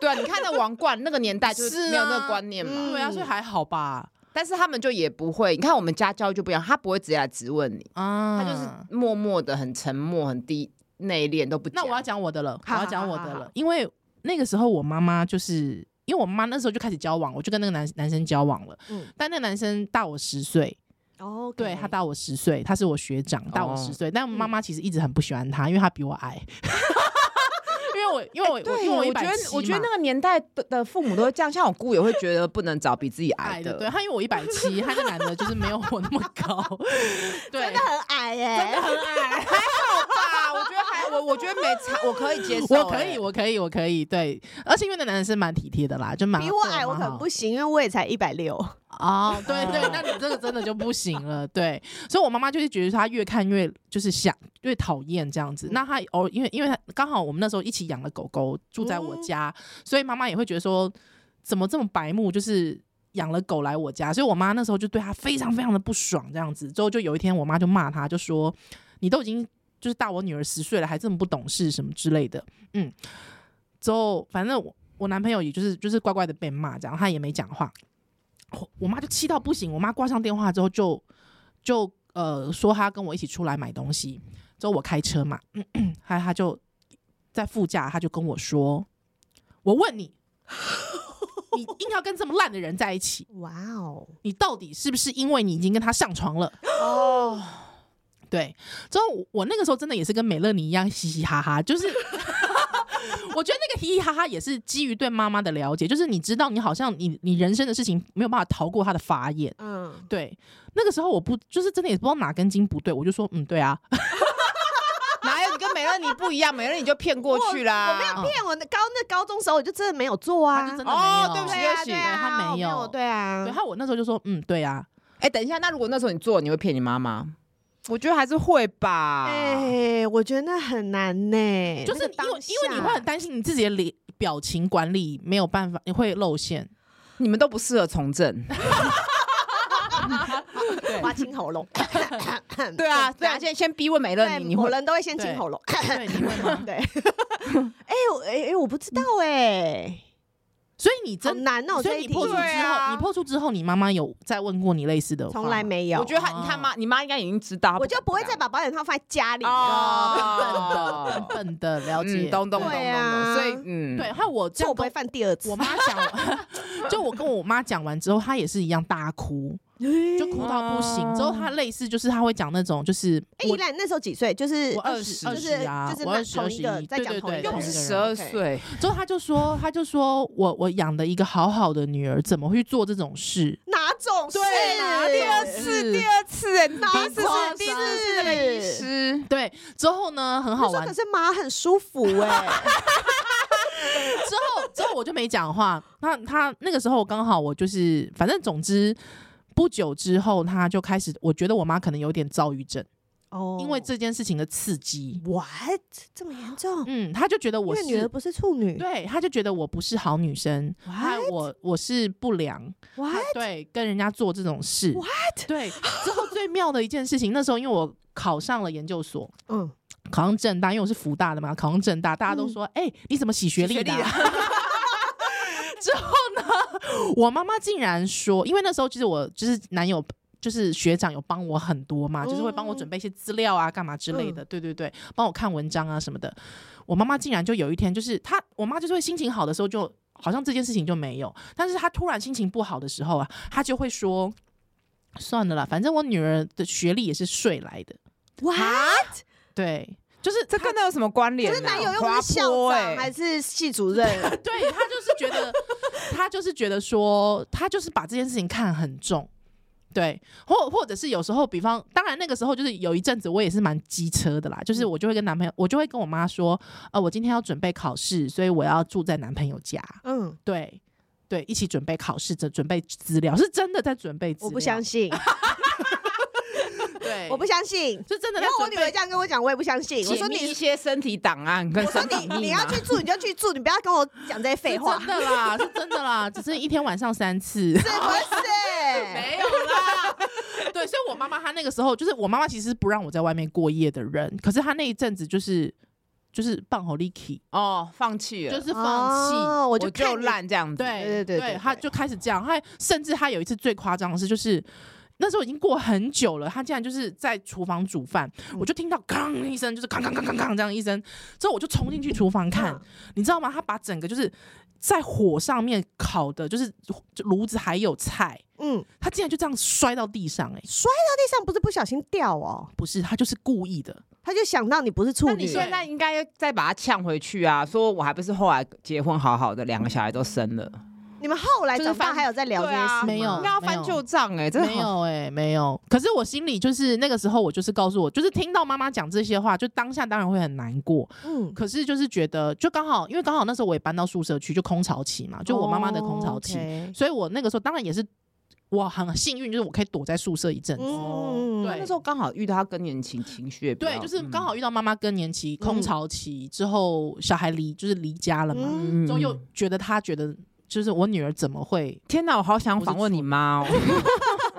对啊，你看那王冠那个年代就是
是啊
没有那个观念嘛，
嗯
对啊，所以还好吧。
但是他们就也不会。你看我们家教就不一样，他不会直接来质问你，
啊
他就是默默的很沉默、很低内敛都不讲。
那我要讲我的了，我
好
要讲我
好
的
好
了，因为那个时候我妈妈就是。因为我妈那时候就开始交往，我就跟那个男男生交往了。
嗯
但那个男生大我十岁，
哦，
对他大我十岁，他是我学长，大我
哦
十岁。但妈妈其实一直很不喜欢他，因为他比我矮。 因为我因为我、
哎对，
因为
我
一
觉
百
得
七
我觉得
嘛
那个年代的的父母都会这样，像我姑也会觉得不能找比自己矮
矮
的。
的，对他因为我一百七，他那男的就是没有我那么高， 对，
真的很矮耶、
很矮。
吧？我觉得还我我觉得没差，我可以接受、 欸
我可以，我可以，我可以，对，而且因为那男生蛮体贴的啦，就蛮
比我
对
矮我
蛮
可能
好
不行，因为我也才一百六。
哦，对对，那你这个真的就不行了，对，所以我妈妈就是觉得她越看越就是想越讨厌这样子。那她哦，因为因为她刚好我们那时候一起养了狗狗住在我家，所以妈妈也会觉得说怎么这么白目，就是。养了狗来我家，所以我妈那时候就对她非常非常的不爽，这样子。之后就有一天，我妈就骂她，就说：“你都已经就是大我女儿十岁了，还这么不懂事什么之类的。”嗯，之后反正我我男朋友也就是就是乖乖的被骂，这样他也没讲话。我我妈就气到不行，我妈挂上电话之后就就呃说她跟我一起出来买东西，之后我开车嘛， 她她就在副驾，她就跟我说：“我问你，你硬要跟这么烂的人在一起，
哇哦，
你到底是不是因为你已经跟他上床了？”
哦，
对，之后我我那个时候真的也是跟美乐妮一样嘻嘻哈哈，就是 我觉得那个嘻嘻哈哈也是基于对妈妈的了解，就是你知道你好像你你人生的事情没有办法逃过她的法眼。
嗯，
对，那个时候我不就是真的也不知道哪根筋不对，我就说嗯对啊，
哪有你跟美乐你不一样？美乐你就骗过去啦。
我没有骗我，那高那高中时候我就真的没有做
哦他
啊，
就真的没有，
哦，对不起，
对
对
啊
不起
对。啊，
他没
我没
有
对啊，
对，他我那时候就说嗯对啊，
哎、等一下，那如果那时候你做，你会骗你妈妈？我觉得还是会吧。
哎、我觉得那很难呢、
就
那
是因
个
为
当
因为你
下
会很担心你自己的脸表情管理没有办法，你会露馅，
你们都不适合从政。
花清喉咙。
对啊，对啊，先先逼问美乐
对啊
你，你
某
会
人都会先清喉咙。
对，你会吗？
对，哎我哎哎，我不知道哎，
所以你
好
真，
难哦，
所
这
以
一
你
题
破处之
对啊
后，你破处之后，你妈妈有再问过你类似的话吗，
从来没有，
我觉得他，
哦
你看妈，你妈应该已经知
啊
道，
我就不会 再把保险套放在家里了，
哦，
笨笨的了 解，
嗯，懂懂懂懂
对
懂，
啊
所以嗯，
对，，还有我这
这
样
我不会
跟
犯第二次
我。妈 讲，就我跟我妈讲完之后，她也是一样大哭，就哭到不行。之后她类似就是她会讲那种就是
嗯哎，
我
依兰那时候几岁？就是
我
就
二
是
十
就
二
是
十啊，
就是
我
那
二十
同
二
一
十
个
一，
在
对
讲
对
同一
对，
个
又
同
不
人
是
一个
十
人
二岁，
之后他就说，他就说我我养的一个好好的女儿，怎么会做这种事？
哪重视，
对啊第二次，第二次，哎，你第一次是第一次是那个医师，
对，之后呢，很
我
好
说
玩
可。是麻很舒服 哎，
之后之后我就没讲话。那他那个时候刚好我就是，反正总之不久之后他就开始，我觉得我妈可能有点躁郁症，
哦
因为这件事情的刺激，
what 这么严重？
嗯，他就觉得
因
我
为女儿
是。
不是处女，
对，他就觉得我不是好女生，还有我我是不良，
哇，
他对，跟人家做这种事
What？
对，之后最妙的一件事情，那时候因为我考上了研究所，
嗯，
考上正大，因为我是福大的嘛，考上正大，大家都说，哎、你怎么洗学历的、啊？ 之后呢，我妈妈竟然说，因为那时候其实我就是男友。就是学长有帮我很多嘛，就是会帮我准备一些资料啊，干嘛之类的，对对对，帮我看文章啊什么的。我妈妈竟然就有一天，就是她，我妈就是会心情好的时候就，好像这件事情就没有，但是她突然心情不好的时候啊，她就会说，算了啦，反正我女儿的学历也是税来的，
哇，
对，就是
这
她
跟他有什么关联
就
啊？
是男友又
滑
不是校
坡
长
哎
还是系主任，
对他就是觉得，他就是觉得说，他就是把这件事情看很重。对，或或者是有时候，比方，当然那个时候就是有一阵子我也是蛮机车的啦，
嗯
就是我就会跟男朋友，我就会跟我妈说，呃，我今天要准备考试，所以我要住在男朋友家，
嗯，
对对，一起准备考试，准准备资料，是真的在准备资料，
我不相，信，
对，
我不相信。
是真的在
然后我
准
女儿
备
这，样跟我讲，我也不相信。我
解
说
密一
你，
些身体档案跟
我说
身体
你，你
密
要
码。
去住你就去住，你不要跟我讲这些废话
是，真的啦，是真的啦，只是一天晚上三次，
是 不是？
没有啦。 对，所以我妈妈她那个时候就是我妈妈其实是不让我在外面过夜的人，可是她那一阵子就是就是棒吼 Licky，
哦，放弃了，
就是放弃。
哦我
我
就
就
看你，
烂这样子。
对
对对对对
她就开始这样。她甚至她有一次最夸张的是，就是那时候已经过很久了，她竟然就是在厨房煮饭，我就听到吭一声，就是吭吭吭吭吭这样一声，之后我就冲进去厨房看，
嗯
你知道吗？她把整个就是在火上面烤的，就是就炉子还有菜，
嗯，
她竟然就这样摔到地上、欸，哎。
地上不是不小心掉哦，
不是，他就是故意的。
他就想到你不是处
那
女
你，现在应该再把他呛回去啊！说我还不是后来结婚好好的，两个小孩都生了，
你们后来
就是
哎长大
翻
还有在聊这
对
些事
啊
吗嗯
没有
应该要翻旧账哎，真的
没
好
有哎、没有。可是我心里就是那个时候，我就是告诉我，就是听到妈妈讲这些话，就当下当然会很难过。
嗯，
可是就是觉得，就刚好，因为刚好那时候我也搬到宿舍去，就空巢期嘛，就我妈妈的空巢期，
哦，OK
所以我那个时候当然也是我很幸运，就是我可以躲在宿舍一阵子。
嗯，
对
那时候刚好遇到他更年期情绪也比较，嗯
对，就是刚好遇到妈妈更年期、空巢期之后，小孩离就是离家了嘛，
嗯，
嗯。
之后又觉得她觉得就是我女儿怎么会
天哪，我好想访问你妈哦！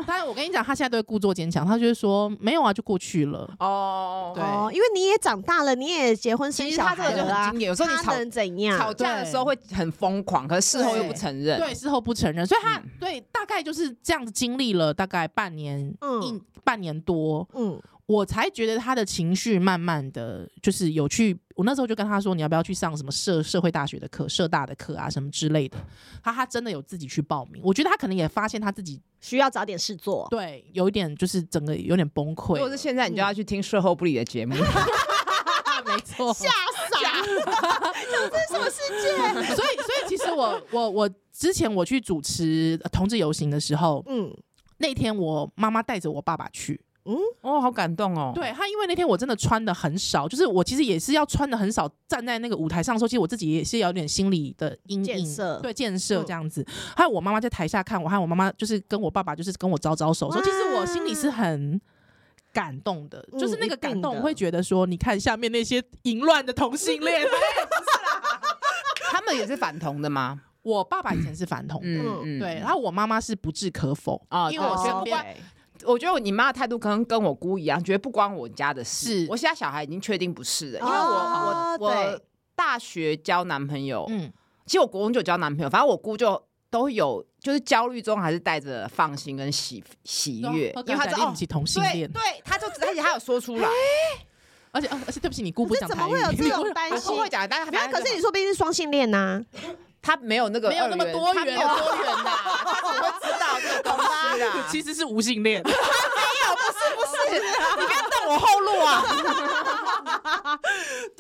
但是我跟你讲，他现在都会故作坚强，他就会说没有啊，就过去了。
哦
对
哦，因为你也长大了，你也结婚生
其实
小
他这
孩
个就
了
很
啊
经，典，有时候你
他
吵
能怎样？
吵架的时候会很疯狂，可是事后又不承认。
对，事后不承认，所以他、
嗯
对大概就是这样子经历了大概半年，
嗯
一半年多，
嗯，
我才觉得他的情绪慢慢的就是有去，我那时候就跟他说，你要不要去上什么社社会大学的课、社大的课啊什么之类的。他他真的有自己去报名，我觉得他可能也发现他自己
需要找点事做。
对有一点就是整个有点崩溃
如果
了，
是现在，你就要去听事后不理的节目。
没错，
吓
啊
傻，这是什么世 界？
所以，所以其实我我我之前我去主持呃同志游行的时候，
嗯
那天我妈妈带着我爸爸去，
嗯，
哦，好感动哦！
对他，因为那天我真的穿的很少，就是我其实也是要穿的很少，站在那个舞台上的时候，其实我自己也是有点心理的阴影，
建设
对建设
嗯
这样子。还有我妈妈在台下看我，还有我妈妈就是跟我爸爸就是跟我招招手，说
哇
其实我心里是很。感动的，
嗯
就是那个
一
感
定的
动，我会觉得说，你看下面那些淫乱的同性 恋，
他们也是反同的吗？
我爸爸以前是反同的，
嗯
对，然后我妈妈是不置可否
啊
因为我
对
身
哦
边
对我觉得你妈的态度可能跟我姑一样，觉得不关我家的事
是。
我现在小孩已经确定不是了，因为
哦
我我我
对
大学交男朋友，
嗯，
其实我国中就交男朋友，反正我姑就都有，就是焦虑中还是带着放心跟喜喜悦，因
对啊
为她知
对啊对
道
不起同性
对
恋
对，她就而且她有说出 来，
而且、啊而且对不起，你姑不
这
讲
怎
台
么
语，
会有这
你姑
种担
我
心
不？会讲，但是
没有，
反正
可是你说毕竟是双性恋呐，
她没有那个
没有那么
二
多
她
元
没有
啊。
多元的，她只会知道这个东西啦
其实是无 性恋，
不是，你不要断我后路啊！
嗯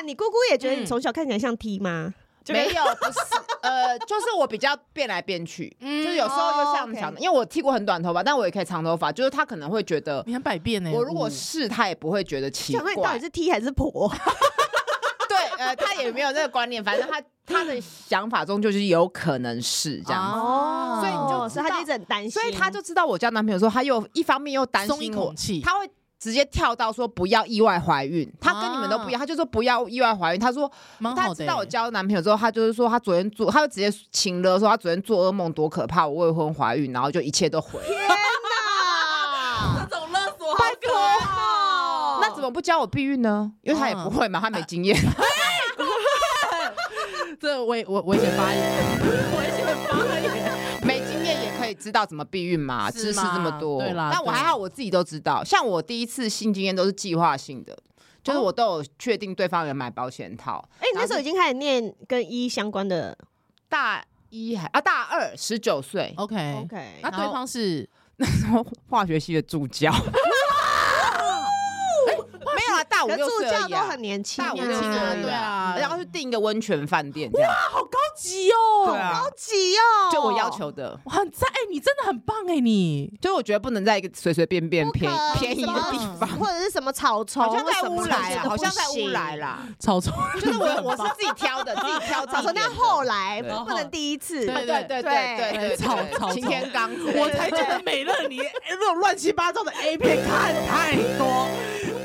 你姑姑也觉得你从小看起来像 T 吗？
没有，不是，呃，就是我比较变来变去，
嗯
就是有时候又
哦
像
OK
长，因为我剃过很短头发，但我也可以长头发，就是他可能会觉得
你很百变呢、欸嗯
我如果
是
是，他也不会觉得奇
嗯想说你到
怪
底。是 T 还是婆？
对，呃，他也没有那个观念，反正他他的想法中就是有可能是这样子。
哦
所以你就知
是他
道
就一直很担心，
所以他就知道我交男朋友之后，他又一方面又担
松一
心我
口，气，
他会直接跳到说不要意外怀孕。他跟你们都不
啊
一样，他就说不要意外怀孕。他说
蛮
他
好
知
的、欸
道我交男朋友之后，他就是说他昨天做，他就直接请了说他昨天做噩梦多可怕，我未婚怀孕，然后就一切都毁了。
啊，
这种勒索，
拜托，啊那怎么不教我避孕呢？因为他也
嗯
不会嘛，他没 经验。
这危我危险发言， 危险发言，
没经验也可以知道怎么避孕嘛，
是
知识
吗
这么多。
对啦
但我
对
还好，我自己都知道。像我第一次性经验都是计划性的，就是
哦
我都有确定对方有买保险套。
哎，你那时候已经开始念跟一相关的
大一还啊大二，十九岁，
OK。
，OK，
那
然后
对方是
化学系的助教。哎哦没有啦，啊大五
可
六
助
岁
教
而已
都
啊
很年轻，
大五
年
六
轻
岁
啊
而已
对
啦
啊
然后去订一个温泉饭店，这样
好高级哦
对啊，
急哦，
就我要求的。
哇，很赞！哎、你真的很棒哎、你
所以我觉得不能在一个随随便便
不可
便便宜的地
什么
方，
或者是什么草丛，
好像在
什么
乌
东西
来啦，啊
都
好像
不
在乌
行
来。啦。
草丛
就是我我 是自己挑的，自己挑
草
草
丛
丛
那
那
后来
对
不能第一次，
对
对对对对对，
草草
擎天刚之类的，
我才觉得美 乐你哎那种乱七八糟的 A 片看太多，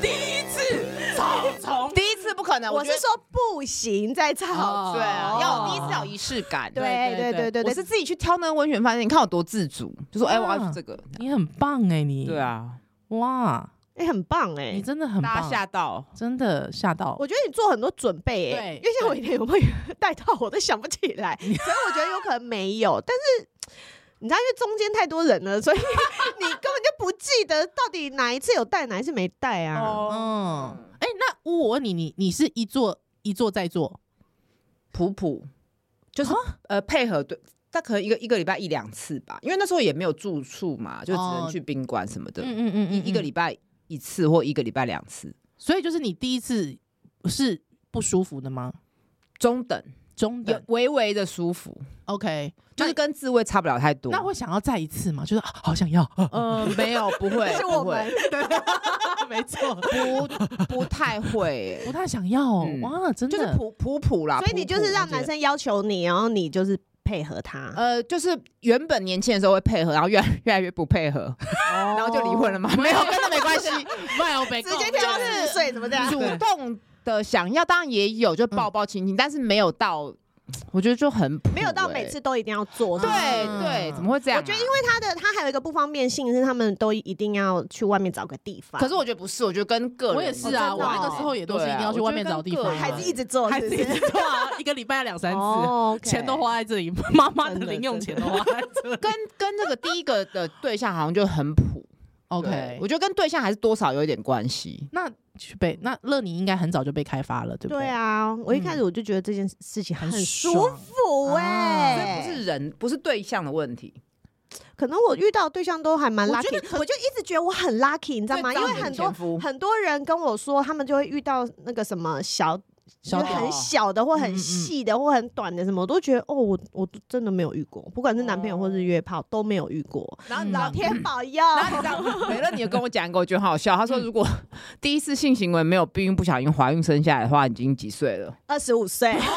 第一次草丛，
第一次不可能，
我
觉
是
得
说不行，在草
哦
对啊，
丛
要有第一次要有仪式感。
对对对对
我
对，
是自己去挑那个温泉饭店，你看我多自主，就说哎，我要去这个。
你很棒哎、你
对，啊，
哇，
哎很棒哎
你。真的很
大
棒
家，吓到，
真的吓到
我，觉得你做很多准备哎、
对
因为像我以前有没有 带套，我都想不起 来，所以我觉得有可能没有。但是你知道，因为中间太多人了，所以 你根本就不记得到底哪一次有带，哪一次没带啊。
哦
嗯，哎、那乌我问你，你你是一做一做再做，
普普就是
啊
呃配合对。大可能一个一个礼拜一两次吧，因为那时候也没有住处嘛，就只能
哦
去宾馆什么的，
嗯嗯
一一个礼拜一次或一个礼拜两次，
所以就是你第一次是不舒服的吗？
中等，
中
有
等
微微的舒服，
，OK，
就是跟自慰差不了太多。
那会想要再一次吗？就是啊好想要，
呃没有不会，
是我
不会
们，
没错，
不不太会
不，太想要哦
嗯
哇，真
就是
的，
普普普啦。
所以你
普
就是
普
让男生要求你，然后你就是配合他，
哦
呃，就是原本年轻的时候会配合，然后越来越来越不配合，然
然
后就离婚了。嘛？没有，跟那没关系，
万有北
直接跳四十岁怎么这 样？
主动的想要当然也有，就抱抱亲亲，但是没有到，我觉得就很普
没有到
欸
每次都一定要做，
对
是不是
嗯
对，怎么会这样啊？
我觉得因为他的他还有一个不方便性是他们都一定要去外面找个地方，
可是我觉得不是，我觉得跟个人
我也是啊，
哦真
我
的
那个时候也都是一定要去外面找地方啊，
还是一直做，
还
是
是
不
一
是
直做啊，一个礼拜要两三次，
哦，OK
钱都花在这里，妈妈的
真的
零用钱都花 在 这里。
跟跟那个第一个的对象好像就很普。对
OK，
我觉得跟对象还是多少有一点关系。
那去被那乐你应该很早就被开发了，对不
对啊，我一开始我就觉得这件事情很
很
舒
爽
服
所以
哎、
不是人，不是对象的问题。
可能我遇到的对象都还蛮
我觉
lucky，
得
我就一直觉得我很 lucky，你知道吗？因为很多
多
很多人跟我说，他们就会遇到那个什么小。
小
就是
屌
很小的，或
嗯嗯
很
嗯
细的，或很短的，什么我都觉得哦，我我真的没有遇过，不管是男朋友
哦
或是约炮都没有遇过。
然后
嗯
你知
老
道，
天保佑，
然后你知道，美乐你有跟我讲过，我觉得很好笑。他说，如果第一次性行为没有避孕，不小心怀孕生下来的话，已经几岁了？
二十五岁，
然后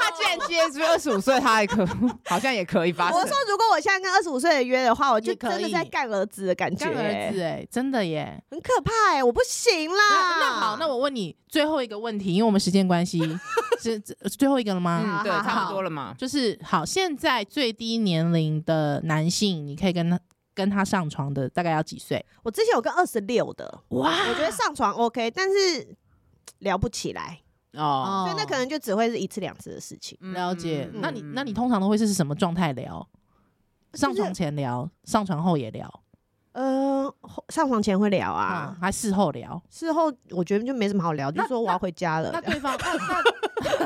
他竟然接是二十五岁，他还可好像也可以 发生
我。说如果我现在跟二十五岁的约的话，我就
也可
真的在
以
干儿子的感觉、
干儿子哎，真的耶。
很可怕哎、我不行啦。
那那好，那我问你最后一个问题，因为我们时间关 系，是是最后一个了
嗯，
吗？
对，
好好
差不多了嘛。
就是好，现在最低年龄的男性，你可以跟他跟他上床的大概要几岁？
我之前有跟二十六的，
哇，
我觉得上床 OK，但是聊不起来，
哦，
所以那可能就只会是一次两次的事情。
嗯
了解。
嗯
那你那你通常都会是什么状态聊？上床前聊，上床后也聊嗯
呃，后上床前会聊
啊
啊，，
还事后聊？
事后我觉得就没什么好聊，就
那
说我要回家了
那。 对方，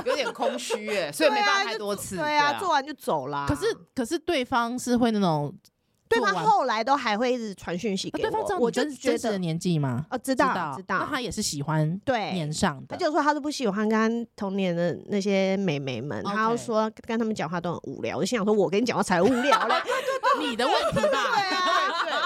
有点空虚 啊
啊
啊
耶，所以没办法太多次。啊
对啊，做完就走啦。
可是可是对方是会那种
对方
做完
后来都还会一直传讯息
那
给
对方知道
我，
你
我就
真
觉
真实的
得
年纪吗？
哦，知
知
道知道
那，他也是喜欢
对
年。上
他
的，
就说他是不喜欢跟他同年的那些美眉们，
OK
他就说跟他们讲话都很无聊。我就心想说，我跟你讲话才无聊嘞，
你的问题 吧。
对，啊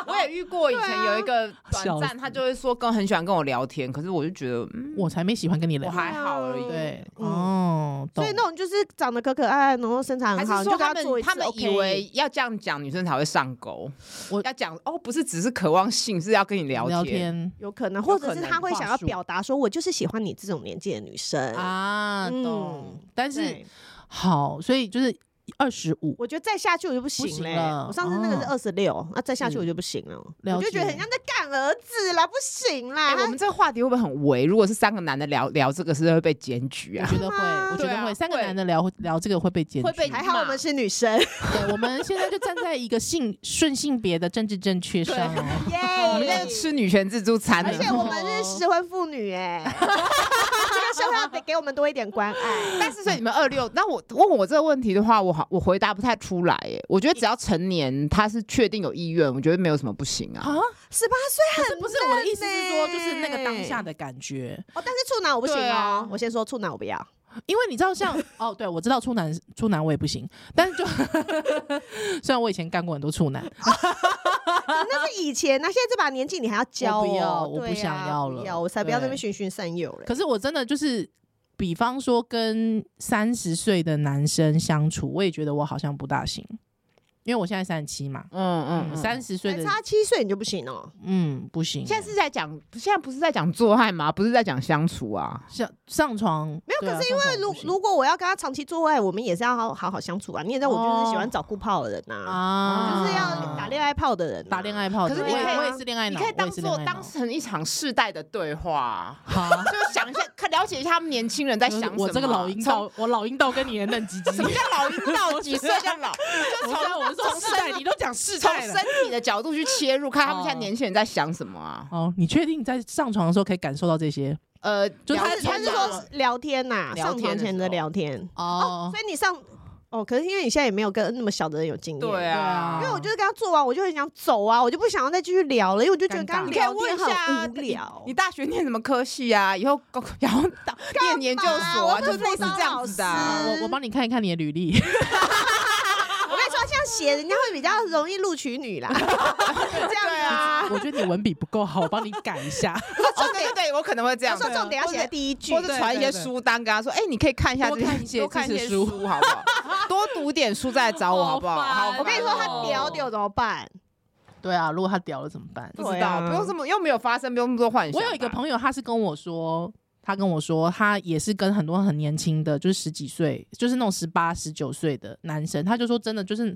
我也遇过，以前有一个 短
笑
暂，
死
他就会说跟很喜欢跟我聊天，可是我就觉得，嗯，
我才没喜欢跟你
我
聊。
还好而已。
对，
嗯
哦，懂
所以那种就是长得可可爱爱，然后身材
还
很
是
好，你
说
就跟
他
他做
们
一次
他们以
OK
为要这样讲女生才会上钩，
我
要讲哦，不是只是渴望性，是要跟你聊
聊
天。
天
有可能，
有
或
可
者是
能
他会想要
话术
表达说，我就是喜欢你这种年纪的女生。
啊，
嗯
懂。但是
对
好，所以就是二十五，
我觉得再下去我就不行
不行
嘞、
了
我上次那个是
啊
哦
二十六，那再下去
是
嗯
我就不行了，
了
我就觉得
解
很像在干儿子啦，不行啦。
哎，我们这个话题会不会很违？如果是三个男的聊聊这个，是会被检举
我
啊？
觉得会，我觉
对
得
啊
会，三个
会
男的聊聊这个会被检
会被
举
还好我们是 女生，
对，我们现在就站在一个性 顺性别的政治正确上哦。
耶、
我们在吃女权自助餐呢
而。且我 们
哦
是失婚妇 女哎、这个社会要得给我们多一点关爱。
但是所以你们二六，那我问我这个问题的话，我好我回答不太出来耶。我觉得只要成年，他是确定有意愿，我觉得没有什么不行啊。
啊，
十八岁很、
这不是我的意思是说，就是那个当下的感觉，
哦，但是处男我不行
对
哦，
啊
我先说处男我不要，
因为你知道像，哦，对我知道处男处男我也不行，但是就 虽然我以前干过很多处男，
那是以前那、现在这把年纪你还要教、哦、
我不要
对
我不想
啊
要
不
了
要我才不要那
对
边循循善诱嘞。
可是我真的就是，比方说跟三十岁的男生相处，我也觉得我好像不大行，因为我现在三十七嘛，
嗯嗯，
三十岁
还
的
哎差七岁你就不行哦。
嗯不行，
现在是在讲，现在不是在讲做爱吗？不是在讲相处啊。
上上床
没有
对啊
可是
上床
如
不行
如果我要跟他长期做爱，我们也是要好好好相处啊。你也知道，我就是喜欢找顾炮的人呐、
啊，
就是要打恋爱炮的人啊、
打恋爱炮的，
可是
你
我也
可以
我也是恋爱
你
脑，
可以当
我也是
做
恋爱脑
当成一场世代的对话啊，
好 啊。
就想一下，看了解一下他们年轻人在想什么。啊
我这个老阴
从
道，我老阴道跟你的嫩鸡鸡，
什么叫老阴道？几岁叫老？
我知道我是说世代，你都讲世
从
代
身
了。
体的角度去切入，看他们现在年轻人在想什么啊？
哦，你确定在上床的时候可以感受到这些？
呃，
就是
了
他
解
是他是
一下
说聊天呐、
聊
上
天的时候
床前的聊天。
哦
所以你上哦，可是因为你现在也没有跟那么小的人有经验，
对
对啊
啊，
因为我就是跟他做完，我就很想走啊，我就不想要再继续聊了，因为我就觉得
尴尬
跟他
你可以
聊
问
天
一下
很无聊
你。大学念什么科系啊？以后 然后到念研究所啊，
我
就
们
类似这样子的啊。
辅导老师
我我帮你看一看你的履历，
我跟你说，这样写人家会比较容易录取 你啦。这样
对啊，
我觉得你文笔不够好，我帮你改一下，
哦对对对，我可能会这
他
样。
说重点要写在第一句，
或者传一些书单跟他说，哎，你可以看一下这
多看一些
多看一
知
些
识书
书好不好？多读点书再来找我好不好？
好烦
好，
哦
我跟你说，他屌
聊
屌怎么办？
对啊，如果他屌了怎么办？
不知
对啊
道，不用这么又没有发生，不用那么多幻想吧。
嗯我有一个朋友，他是跟我说，他跟我说，他也是跟很多很年轻的，就是十几岁，就是那种十八、十九岁的男生，他就说真的就是。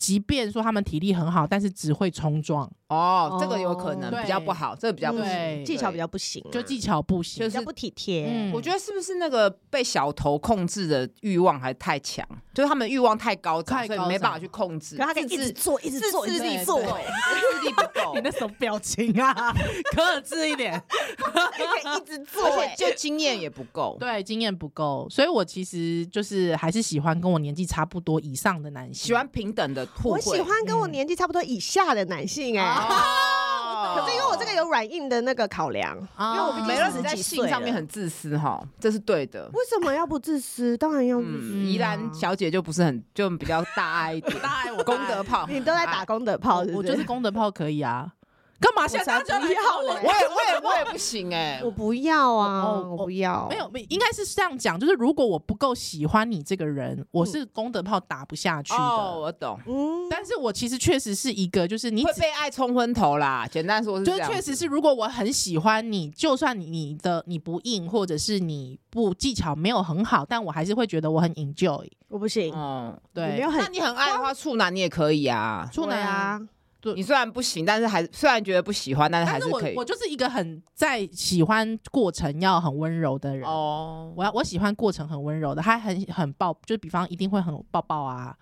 即便说他们体力很好，但是只会冲撞，
哦，这个有可能
对
比较不好，这个比较不行。
对
技巧比较不行啊，
就技巧不行，
就
比较
是
不体贴。
嗯
我觉得是不是那个被小头控制的欲望还太强，就是他们欲望太高涨，
太
所以
高
没
涨
办法去控制。
可他可以一直
自制
做，一直做，一
自制
直
力
对。
不
做，
够， 自制力不够
什么表情啊？ 克制一点。
可 以一直做。
而
哎
且就经验也不够，
对，经验不够，所以我其实就是还是喜欢跟我年纪差不多以上的男性。
喜欢平等的互惠。
我喜欢跟我年纪差不多以下的男性哎，
嗯哦
可是因为我这个有软硬的那个考量，
啊，
因为我毕竟
没
是
了，
十
你在
几
性
岁
上面
了
很自私哈，这是对的。
为什么要不自私？当然要自私。
嗯，宜兰小姐就不是很，就比较大爱一点，大爱我功德炮，
你都在打功德炮，是
我
不
就是
是？
功德炮可以啊。干嘛现在大家
我才不要
要
我也我也我也不行哎
我，不要啊，
哦
我不要，
没有，没应该是这样讲，就是如果我不够喜欢你这个人，我是功德炮打不下去的。
哦，我懂，
嗯，
但是我其实确实是一个，就是你
会
只
被爱冲昏头啦。简单说是
就
这样子，
确实是，如果我很喜欢你，就算你你的你不硬，或者是你不技巧没有很好，但我还是会觉得我很 enjoy。
我不行，
嗯，
我
哦对，
没有很
那你很爱的话，处男你也可以啊。
处男
对啊，
你虽然不行，但是还虽然觉得不喜欢，但是还
但是
是
我
可以
我。就是一个很在喜欢过程要很温柔的人。
哦，
我要我喜欢过程很温柔的，还很很抱，就比方一定会很抱抱啊，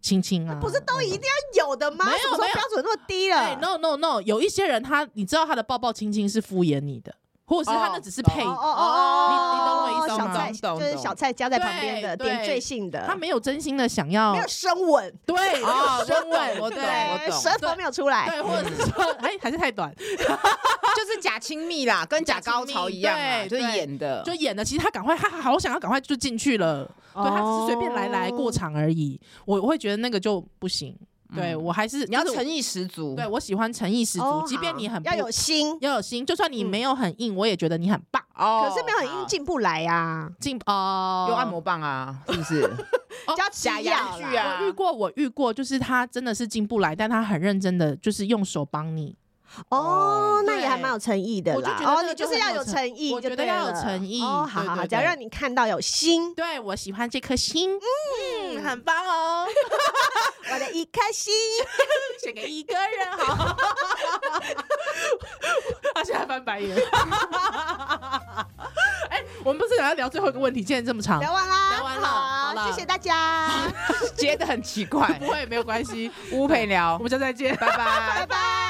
亲亲啊，
不是都一定要有的吗？
没有哎
什么时候
没有
标准那么低
对
了？
？No No No，有一些人他你知道他的抱抱亲亲是敷衍你的，或者是他那只是配，
哦哦
你你懂我意思
小
吗
菜
懂
就是
懂
小菜加在旁边的
对对
点缀性的，
他没有真心的想要
没有深吻，
对
哦
深
我懂我懂
吻，
对，
懂
舌头没有出来，
对，或者是说哎还是太短，
就是假亲密啦，跟假高潮一样啊，
对
就是
对
演的，
就演的，其实他赶快，他好想要赶快就进去了，对他只是随便来来过
哦
场而已，我会觉得那个就不行，对
嗯
我还是
你要
就是
诚意十足，
对我喜欢诚意十
哦
足，即便你很
好要
不
有心，
要有心，就算你
嗯
没有很硬，我也觉得你很棒。
哦
可是没
啊
有很硬，进不来啊呀，
进
好，
哦
有按摩棒啊，是不是？
哦
加吃
假
药
洋
啦
芋啊
我遇过，我遇过，就是他真的是进不来，但他很认真的，就是用手帮你。
哦
哦，
那也
对
还蛮有诚意的
我就
啦。
觉得
哦，
那
你
个就
就是
很
要
有
有
诚
诚意就
我觉
对了，
得要有诚意
哦，好
对
好好，
对
只要
对
让你看到有心，
对我喜欢这颗心，嗯，很棒哦，
我的一颗 心。
选给一个人 好。他现在翻白 眼。哎、我们不是想要聊最后一个问题，竟然这么长，
聊完啦，
聊完了好
好，
了
谢谢大家，
接的很奇怪
不，会没有关系，
乌陪聊
我，们下次再见。
拜拜
拜。拜。